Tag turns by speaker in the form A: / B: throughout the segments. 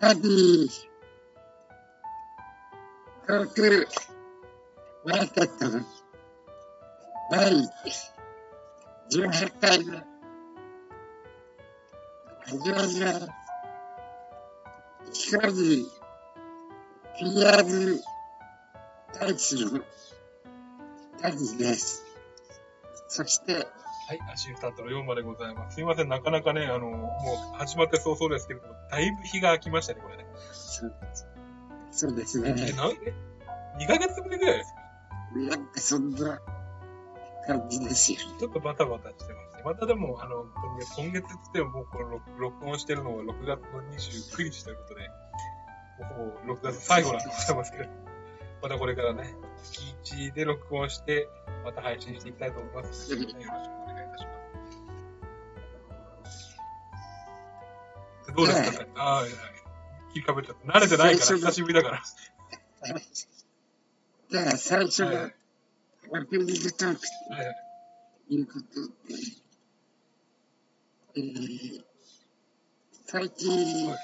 A: 旅、東京、マーケットの第18回の始まりは、しかし、PR 大使の旅です。そして、
B: はい、アシスタントの4までございます。すいません、なかなかね、あの、もう始まって早々ですけれども、だいぶ日が空きましたね、これね。
A: そうそうです
B: え、
A: ね。
B: なんで ?2 ヶ月ぶりぐらいですか
A: なんかそんな感じですよね。
B: ちょっとバタバタしてますね。またでも、あの、今月、今月って言っても、もうこの録録音してるのは6月の29日ということで、もうほぼ6月最後なんでございますけど、またこれからね、月1で録音して、また配信していきたいと思います。よろしくお願いいたします。どうですか、ああ、はいはい。切りかぶっちゃった。慣れてないから、
A: 最初の
B: 久しぶりだから。
A: じゃあ最初
B: はい
A: の
B: はい
A: オープニングトーク
B: はいはい
A: ということで、えー、最近
B: はい、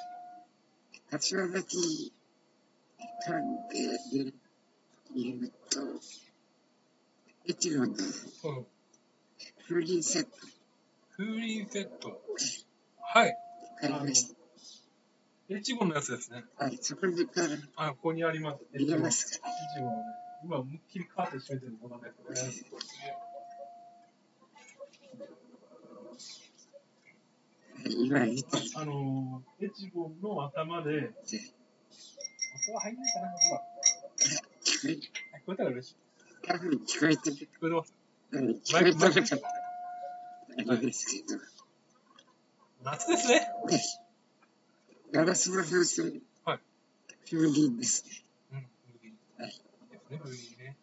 A: 柏崎館でで言うと、一郎の
B: うん
A: 風鈴セット
B: 風鈴セット。はい。
A: 買いまし
B: エチゴのやつですね。
A: た。あ、そこにから
B: あ、ここにあります。
A: 見れますか
B: 一はね、今、思いっきりカーテン閉めてるのなんですね。
A: 今見た
B: あのー、エチゴンの頭で、音は入んないかなほら
A: 聞こえる
B: あ聞こえたら嬉しい。
A: 多分聞こえてる。
B: 聞こえてます。
A: うん聞こ
B: マイ
A: え
B: クマイ
A: て
B: ク
A: なかった。あれですけど。
B: 夏ですね。
A: ねガラスの風船、
B: はい
A: 風鈴ですね。
B: うん、風鈴。いいですね、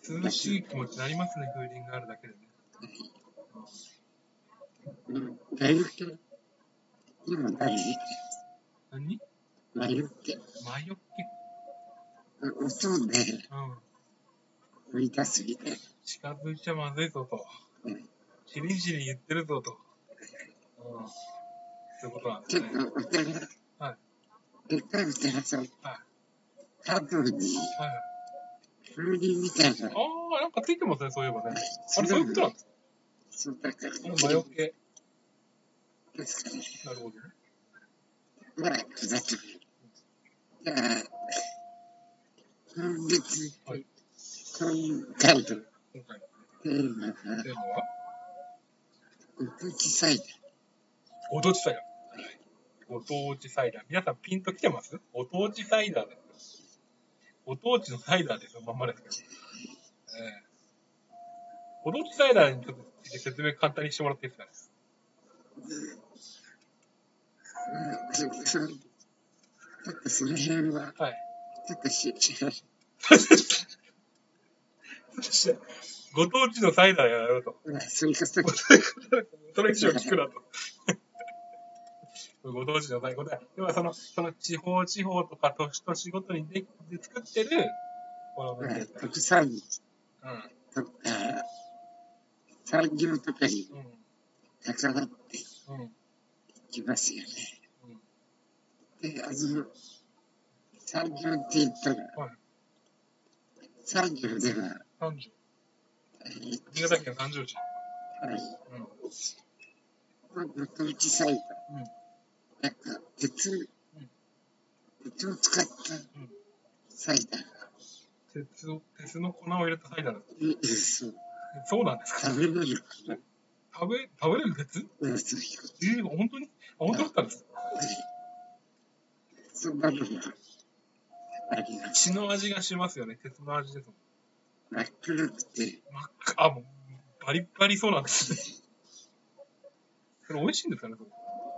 B: 風鈴ね。涼しい気持ちになりますね、風鈴があるだけでね。
A: うん魔よけ。今何
B: 何
A: 魔よけ。
B: 魔よっけ。
A: 音で
B: うん。
A: 追い出すみたいな。
B: 近づいちゃまずいぞと
A: うん。
B: しりじり言ってるぞと。うん。そういうことなんで
A: ちょ
B: す
A: っ
B: ね。
A: とお寺、
B: は
A: でっかいお寺さん、
B: はい。
A: 多分に
B: はい。
A: 風鈴みたいな。
B: ああ、なんかついてますね、そういえばね。あ
A: そ
B: れ、そういうことなんですか
A: そうだから、
B: あの魔除け。
A: ですかね。
B: なるほどね。
A: まあ、ふざけじゃあ、今月、
B: はい
A: 今回のテ
B: 今回の
A: ーマは、
B: テーマは、
A: 告知祭だ。
B: ご当地サイダー。ご当地サイダー。皆さんピンと来てますご当地サイダーですよ。ご当地のサイダーですよ、まんまですけど。ええご当地サイダーにちょっと説明簡単にしてもらっていいですかね。
A: ちょっとそのちょっとその辺は、
B: はい。
A: ちょっとし、し
B: ご当地のサイダーやろうと。
A: まあそういうことで
B: それ以上聞くなと。ご当地の在庫で、要はその、その地方地方とか都市都市ごとにでで作ってる、この、
A: ま
B: な
A: あ
B: んていうか
A: 特産
B: うん
A: とか、産業とかに
B: う
A: 関わって
B: ん、うん、
A: きますよね。で、あの、産業って言ったら、
B: はい
A: 産業では、
B: 三条。
A: えー
B: 新潟県三条市。
A: はい、
B: うん、
A: まあご当地サイト、
B: うん
A: なんか鉄
B: うん、
A: 鉄を使った
B: ん
A: サイダー
B: 鉄を、鉄の粉を入れたサイダーなんです。
A: うんそう、
B: そうなんですか
A: 食べ物かな。
B: 食べ、食べれる鉄
A: うん、そういうこと
B: えー、本当にあ、本当だったんですか
A: そんなのがあります。
B: 血の味がしますよね。鉄の味ですもん。
A: 真っ黒くて、
B: 真っ赤、あ、もう、バリッバリそうなんですね。それ美味しいんですかね、それ。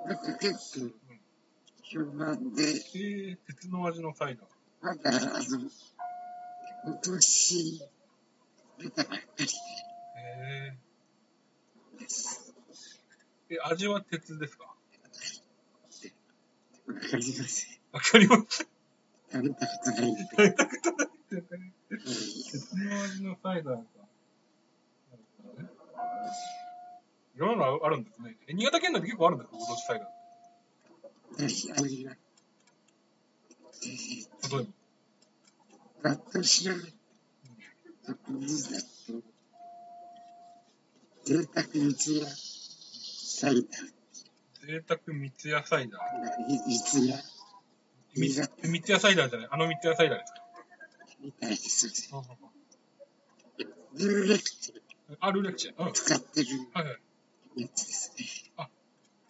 A: なんか結構
B: うん
A: 評判で、
B: えー、鉄の味のサイダー。
A: まだあの、今年出たばっかり
B: へ
A: です。
B: え。え、味は鉄ですか
A: わかりません。
B: わかります。
A: 食べたことないんで。
B: 鉄の味のサイダーか。いろんなのあるんですね。え新潟県内で結構あるんですかご当地サイダー。
A: はい、あります。
B: ことに。
A: 納得しない。特にだと、贅沢一夜、最大
B: 贅沢三ツ矢サイダー。
A: い一夜、
B: み
A: いいな
B: 三ツ矢サイダーじゃないあの三ツ矢サイダーですか
A: みたいです。
B: あ
A: ルーレット
B: あ、ルーレクチェ。うん。
A: 使ってる
B: はいはい。
A: やつですね。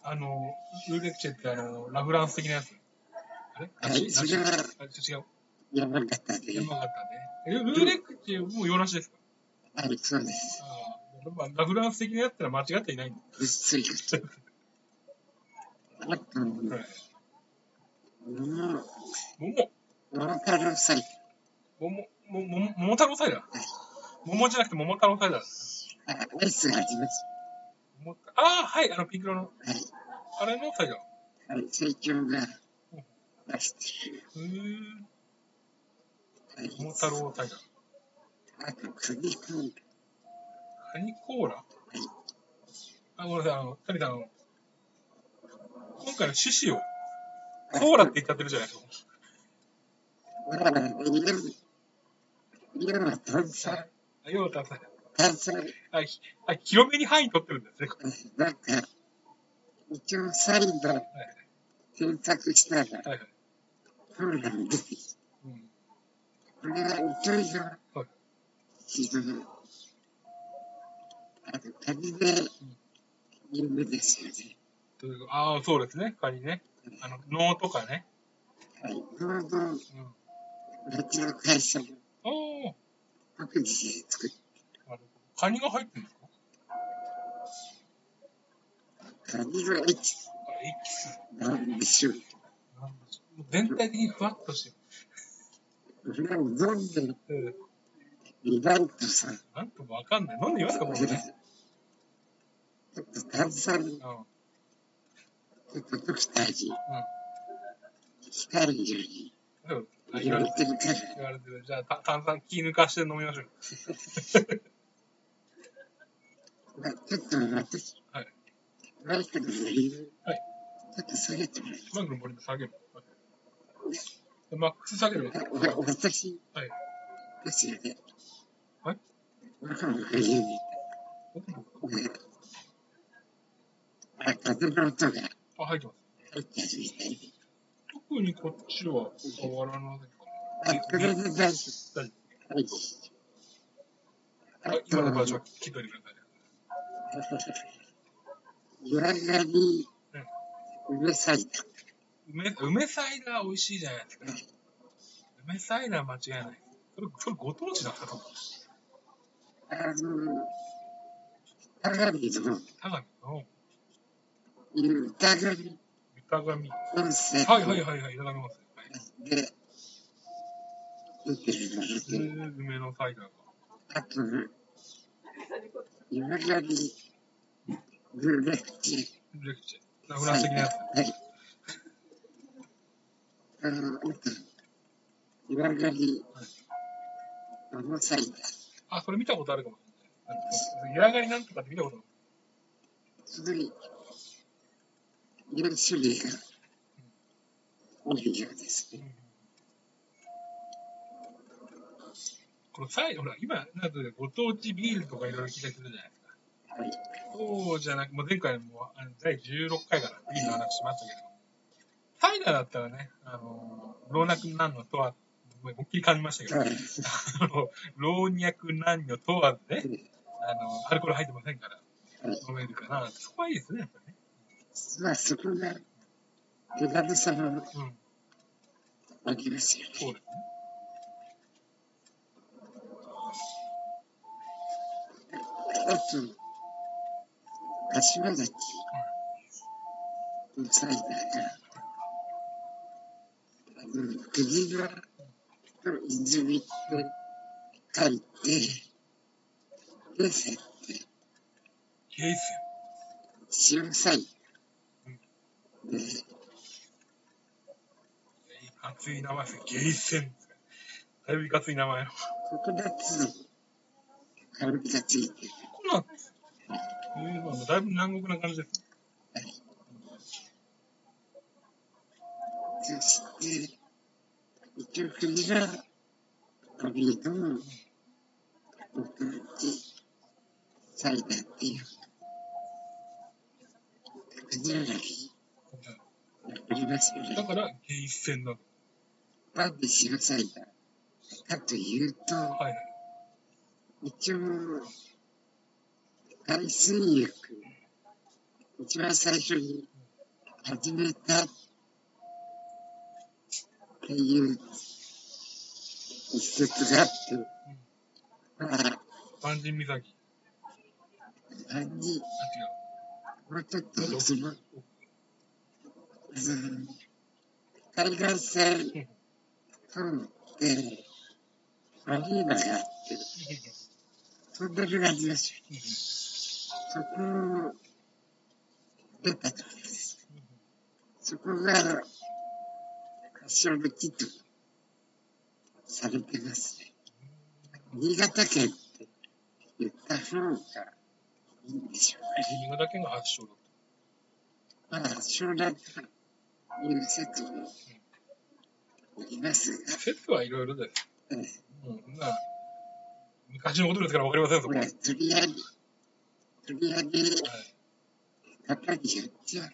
B: あの、ルーレクチェってあの、ラブランス的なやつ。あれあ
A: はい
B: 違う
A: それは
B: あ違う。
A: 山形で。
B: 山形ね。えルーレクチェも洋梨ですか
A: はい、そうです。
B: ああ、まあラブランス的なやつなら間違っていないんだ。
A: うっすいと。あと、
B: はい。
A: 桃、
B: 桃、
A: 桃太郎サイ
B: 桃、桃、桃桃太郎サイダー。桃じゃなくて桃太郎サイダー。
A: ダー。あ、アイスがあります。
B: 桃ああ、はい、あのピンク色の。
A: はい。
B: あれのサイダー。
A: はい、最強が出してる。
B: うーん。
A: はい、
B: 桃太郎サイダー。
A: あと、首コン
B: カニコーラあ、ごめんなさい、あの、カニさん、あの、今回の趣旨を、
A: ロ
B: コーラって言っちゃってるじゃないですか。
A: だから、色、色は炭酸、
B: あ、よかった。
A: 炭酸、
B: あ、ひあ広めに範囲取ってるんですね。
A: なんか、一応サイダー検索したら、
B: はいはい。
A: コーラに出てきた。
B: うん。
A: これは勢いが
B: はい、
A: ひどい。あと、カニで、有名ですよね。
B: というああ、そうですね、カニね。あの、脳とかね。
A: はい、どうぞ、
B: うん。
A: 町の会社も
B: おー。
A: 独自で作っ
B: あのカニが入ってるんですか
A: たカニのエキス
B: あエキス。
A: なんでしょう。
B: なんだもう全体的にふわっとして
A: これは飲んで
B: る。うん。
A: いないとさ、
B: なんともわかんない。飲んでみますか、これね。
A: ちょっと炭酸
B: うん。うん。
A: ちょっとドクターに光るよ
B: そう
A: う
B: あ
A: に
B: 言
A: 言
B: わ
A: われ
B: れて
A: てるから、
B: 言われてる。じゃあ、た炭酸気抜かして飲みましょう。
A: まあ、ちょっと私、
B: はい
A: マイクの理由、
B: はい
A: ちょっと下げてもら
B: マイクのボリューム下げる。でマックス下げる。
A: えますか。わ私、
B: はい
A: ですよね。
B: はい
A: マイクの理由に、ね、あ、風の音が入
B: あ、入ってます。
A: ってるみたいで。
B: 特にこっちは変わらないか
A: あ、これで大丈
B: な。大丈
A: 夫。はい。あ
B: 夫。あ今のバージョン聞いといてください。
A: 夜中に梅サイダ
B: 梅、梅サイダー美味しいじゃないですか。梅サイダー間違いない。それ、それご当地なんですか、多分
A: ー。あの、鏡の、
B: 高見の
A: いう歌神
B: 歌神。は
A: 温泉
B: いはいはいはい、いただきます。はい
A: で、出てるの
B: え
A: で、
B: ー梅のサイダーが。
A: あと、夜中に、ルーレッチ
B: レクチェ。ラフランス的なやつ。
A: はい。あの、あと、夜中に、桃サイダー。
B: あ、それ見たことあるかもしれない。嫌がりなんとかって見たことある。
A: すごい、いろんな種類が多いようですね。
B: このサイ、ほら、今、なんかご当地ビールとかいろいろ聞いたりするじゃないですか。
A: はい。
B: そうじゃなく、もう前回もあの第16回からビールの話しましたけど、サイダーだったらね、あの、老若男女とは、もう思いっきり感じましたけど、
A: はい。
B: あの老若男女問わずね
A: うん、
B: あの、アルコール入ってませんから
A: はい、
B: 飲めるかな。そこはいいですね、やっぱりね。
A: まあ、そこが、手軽さも
B: うん、
A: ありますよ
B: そ
A: ね。
B: うですね。
A: あと、柏崎のサイダーが、あの、国が、と泉って書いて、で、
B: ケース
A: 塩サイダー。で、
B: 熱い名前ですね。ゲイセン。だいぶいかつい名前の。
A: ココナッツの香りがついてる。
B: こんなんですよ。いうのはだいぶ南国な感じですね。
A: そして、と国が、ゴミと、僕たち、されたっていう。国らがありますよ
B: だ
A: ね。
B: から、ゲイ戦なの。
A: なんで白サイダーかというと、
B: はいはい。
A: 一応、海水浴、一番最初に始めたっていう一説があって、だから、
B: 万人岬。あ、違う。
A: 何に、もうちょっとその、その海岸線通って、マリーナがあって、そんな感じがしそこを出たとこです。そこが発祥の地とされてますね。新潟県って言った方がいいんでしょうかね。
B: 新潟県が発祥だと。
A: まあ、将来という説もありますが、
B: 説はいろいろだよ。
A: うん
B: うん。まあ、昔のことですから分かりません、そ
A: ほ
B: こ。は
A: ら、
B: い。
A: 取り上げ、取り上げ方によっては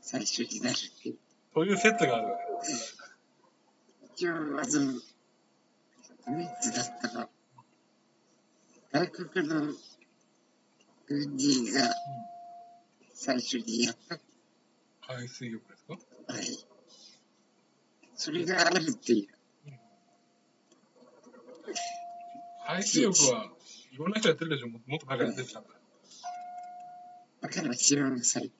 A: 最初になるっていう。
B: そういう説がある。
A: 一応、まず、唯一だったの。外国の軍人が最初にやった。
B: 海水浴ですか
A: はい。それがあるっていう。
B: 海水浴はいろんな人やってるでしょ。ももっと前から出てきたんだ。
A: だから知らなさい。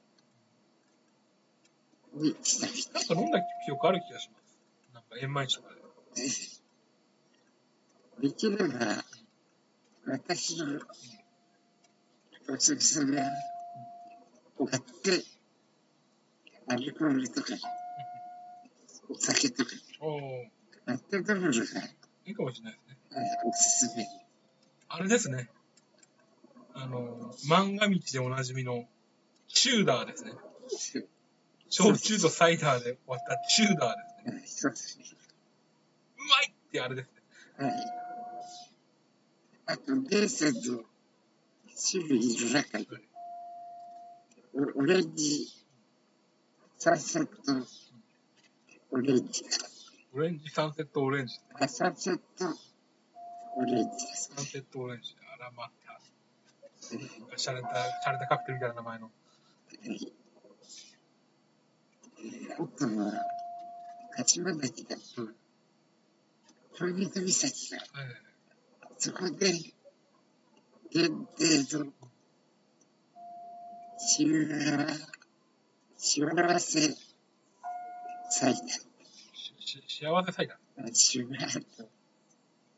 A: に来た人。
B: なんか飲んだ記憶ある気がします。なんか円満市とかで。
A: できれば、私のおすすめは、買って、アルコールとか、お酒とか、
B: おー
A: マットドールが、
B: いいかもしれないですね。
A: おすすめ。
B: あれですね。あの、漫画道でおなじみの、チューダーですね。焼酎とサイダーで割ったチューダーですね。
A: はい、そうですね。
B: うまいってあれですね。
A: はい。あと、ベーセンの種類の中に、オオレンジ、サンセット、オレンジが、
B: オレンジ、サンセットオレンジ。
A: あ、サンセット、オレンジです
B: サンセットオレンジ。あら、また。シャレた、シャレたカクテルみたいな名前の。
A: はい。えー、奥は、柏崎だと、恋人岬が
B: はいはいはい
A: そこで、限定の、幸せ、幸せ、サイ
B: しし幸せサイダー。
A: ダー、幸せと、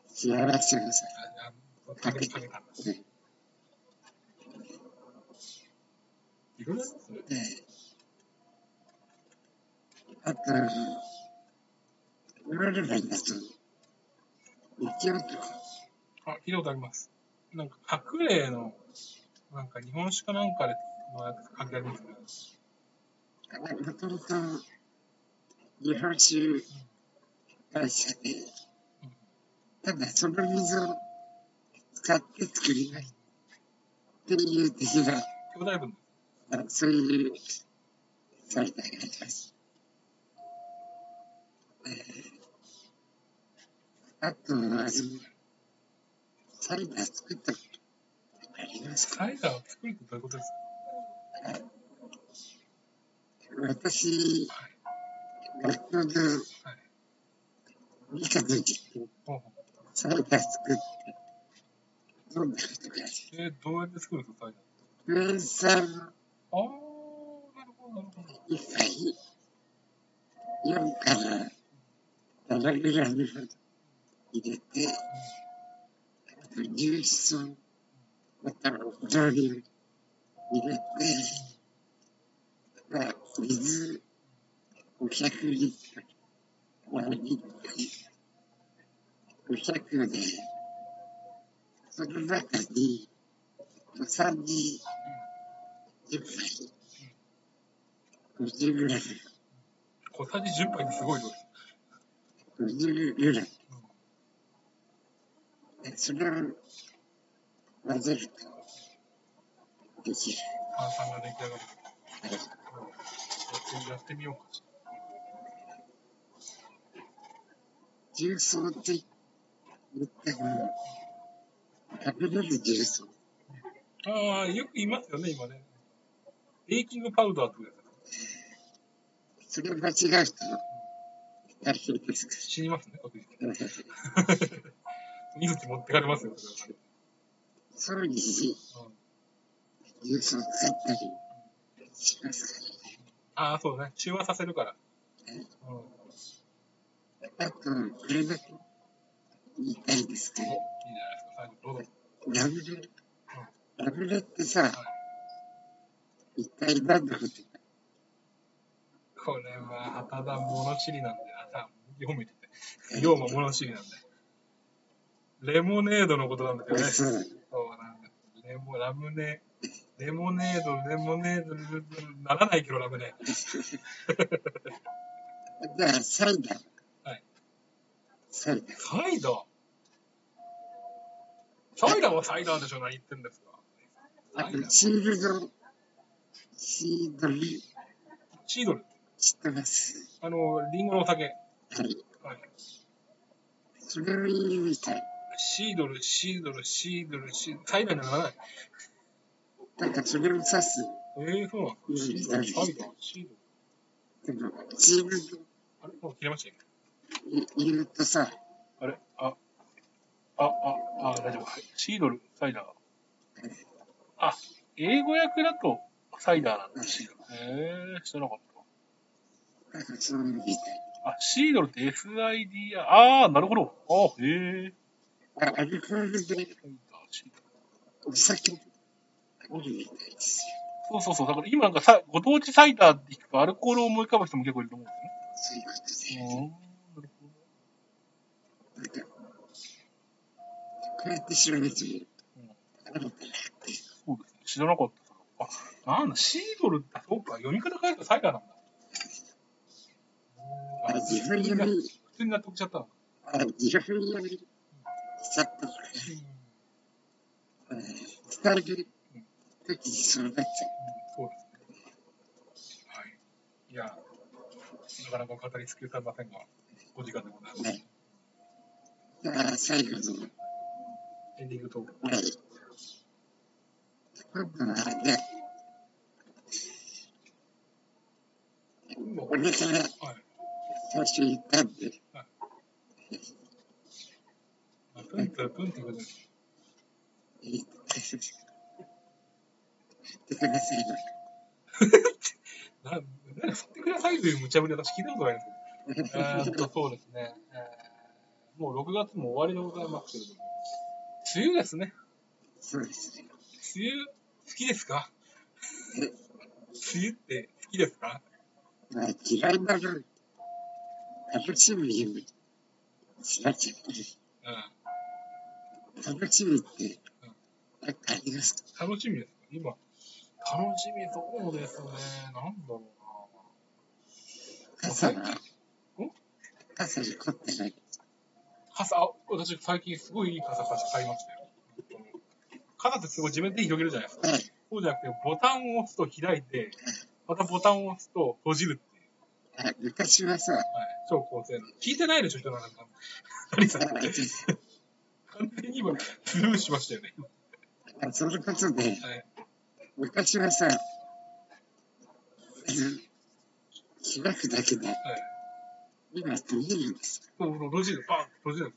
A: 幸せのサイ
B: ああかけかけたんだ。
A: ダー
B: いろいろですね。
A: で、あと、ヨーロッパだと、一応と、
B: あ、聞いたことあります。なんか、白麗の、なんか日本酒かなんかで、まあ、書いてありますね。
A: もともと、日本酒会社で、ただその水を使って作りました。っていう的な、
B: 兄弟分
A: あのそういうサイトがあります。えーあとは、あのサイダー作ったことありますか
B: サイダーを作るってどういうことです
A: 私、学校の理科の実験
B: か、ほうほう
A: サイダー作って、飲んだことがある。
B: えーどうやって作るんですか、サイダー。
A: クエン酸
B: あー、なるほど、なるほど。
A: 一杯、4から7グラムほど入れて、あと牛脂を、またお醤油入れて、まあ、水500リットル、割り500で、その中に、お三に10杯、50グラム、
B: 小さじ10杯ってすごい量です。
A: ゆゆる。でそれを混ぜると、できる。
B: 炭酸が出来上がる。
A: はい。
B: やってやってみようか。
A: 重曹って言ったら、食べれる重曹。
B: ああ、よく言いますよね、今ね。ベーキングパウダーとか
A: それ間違うと、大変ですか
B: 死にますね、確実に。
A: ら。
B: 命持ってかれますよ、それ
A: そうにし、
B: は。うん、
A: 重曹使ったりしますか
B: ああ、そうね。中和させるから。
A: う
B: うん
A: ん。
B: お
A: ら。あと、これだけ言いたいんですけ
B: いいじゃ
A: ど、
B: ないですか、最後、どうぞ。
A: ラムネ、ラムネってさ、一体何のことか
B: これは、旗田物知りなんで、あた、読めてて。龍馬物知りなんで。レモネードのことなんだけどね。
A: そ
B: そ
A: う
B: う
A: なの
B: なんだ。レモ、ラムネ、レモネード、レモネード、レモネードならないけど、ラムネ。
A: だから、サイダー。
B: はい。
A: サイダー。
B: サイダーサイダーはサイダーでしょ、何言ってんですか。
A: あ
B: サイ
A: と
B: ダ、ー
A: チールド、チードリ、
B: シードル。
A: 知ってます。
B: あの、リンゴのお酒。
A: はい。
B: はい。
A: それを言うみたい。
B: シードル、シードル、シードル、シードル。サイダーにはならない。
A: なんか、それを指す。
B: ええー、そうなんですか。シードル、サイダー、シードル。
A: でも、チール
B: あれもう切れましたよ
A: ド言うとさ、
B: あれあ、あ、あ、あ、大丈夫。はいシードル、サイダー。あ、英語訳だとサイダーなんだ、シードル。へえー、知らなかった。
A: なんか、そういうみたい。
B: あ、シードルって SIDR。ああ、なるほど。あへえ。
A: あアルコールで
B: サイダーシードル
A: お酒をおるみたいですよ。
B: そうそうそう。だから今なんかさ、ご当地サイダーって聞くとアルコールを思い浮かぶ人も結構いると思うん
A: そういう
B: です
A: こ
B: よね。うん。なるほど。
A: とで、なんか、こうやって調べてみる
B: うん
A: と、あるか
B: そうですね。知らなかった。あ、なんだ、シードルって、そうか、読み方変えるとサイダーなんだ。
A: ら、あ
B: 普
A: 自
B: 通
A: 分
B: に
A: よ
B: 納
A: り、
B: 得しちゃったの。
A: あ自分より、さっとこれ
B: うん、
A: えー伝える時にそうなっちゃ
B: そうですね。はい。いや、なかなか語り尽くされませんが、お時間でございます。
A: う。だから最後に、
B: エンディングトーク。
A: はい。今度はね、
B: 今
A: 俺から
B: はい。
A: 最初言ったんで、
B: あプンプンプンって言うことです。
A: 言ってくださいよ。
B: な、なに振ってくださいという無茶ぶり私聞いたことないんですけど。えーっと、そうですね、えーもう6月も終わりでございますけれども、梅雨ですね。
A: そうですね。
B: 梅雨、好きですか
A: え
B: 梅雨って好きですか
A: まあ、嫌いなの、楽しみにしなきゃいけ
B: うん。
A: ない。楽しみって、なんかありますか
B: 楽しみですか今、楽しみそうですね。なんだろう
A: 傘が
B: お、
A: 傘に凝ってない。
B: な。傘、あ私最近すごいいい傘買いましたよ。傘ってすごい自分で広げるじゃないですか。
A: はい。
B: そうじゃなくて、ボタンを押すと開いて、またボタンを押すと閉じるっていう。
A: あ昔はさ、
B: はい。超高性能。聞いてないでしょ、人なんか。何さんって。完全に今、スルーしましたよね。
A: あそれこそね、
B: はい。
A: 昔はさ、あの、開くだけで、
B: はい。
A: 今閉じるんです
B: そうそう、閉じる。パン閉じる。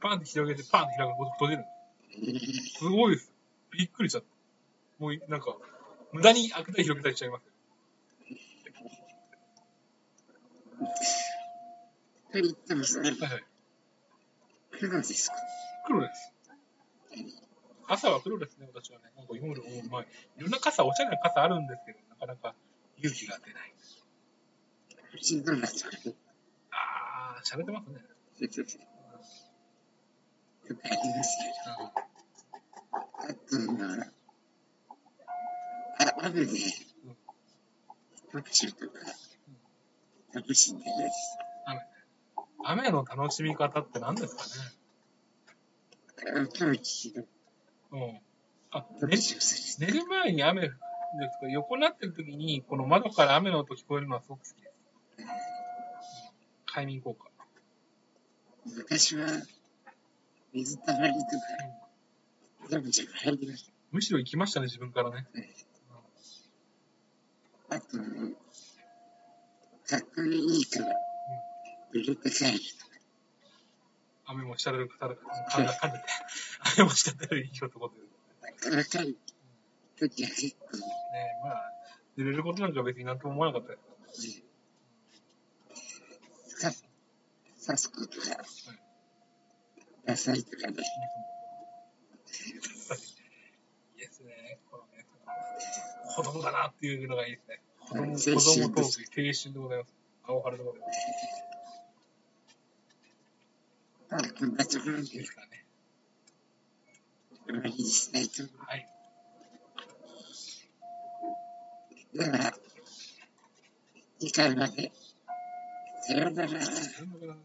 B: パンって広げて、パンって開く。閉じる。
A: よ。
B: すごいです。びっくりしちゃった。もう、なんか、無駄に開けたり広げたりしちゃいます。
A: と言ってもそれ、
B: はいはい。
A: 黒ですか
B: 黒です。傘は黒ですね、私はね。なんか今まで、おうまあ、いろんな傘、おしゃれな傘あるんですけど、なかなか勇気が出ない。
A: 星空とかね。
B: あー、喋ってますね。
A: とかありますけど。あとは、あ、雨で、特集とか、楽しんでないです。
B: 雨雨の楽しみ方って何ですか
A: あ今日一度、
B: ね。うん。あ、
A: どっ
B: 寝
A: ちをす
B: 寝る前に雨、ですか横になってる時に、この窓から雨の音聞こえるのはすごく好きです。快眠効果。
A: る昔は、水たまりとか、全部自分入りまし
B: むしろ行きましたね、自分からね。
A: た。あと、かっこいいから、売れて帰る。
B: 雨もしたるる、たる、噛んだ、噛んでて。雨もしたるる、いい男という。ね
A: 若い時は結構、
B: えまあ、寝れることなんか別になんとも思わなかったです。
A: ね、さ刺すことが、ダサいとかね、
B: いいですね。このね、子供だなっていうのがいいですね。
A: う
B: 子供、
A: ん
B: 子供
A: 青春
B: ト
A: で
B: ーク、青春でございます。顔晴れでございます。
A: まあこんなところ
B: いいで
A: です
B: からね。
A: 終わりにしたいと思
B: はい。
A: う。では、次回まで、さようなら。
B: さようなら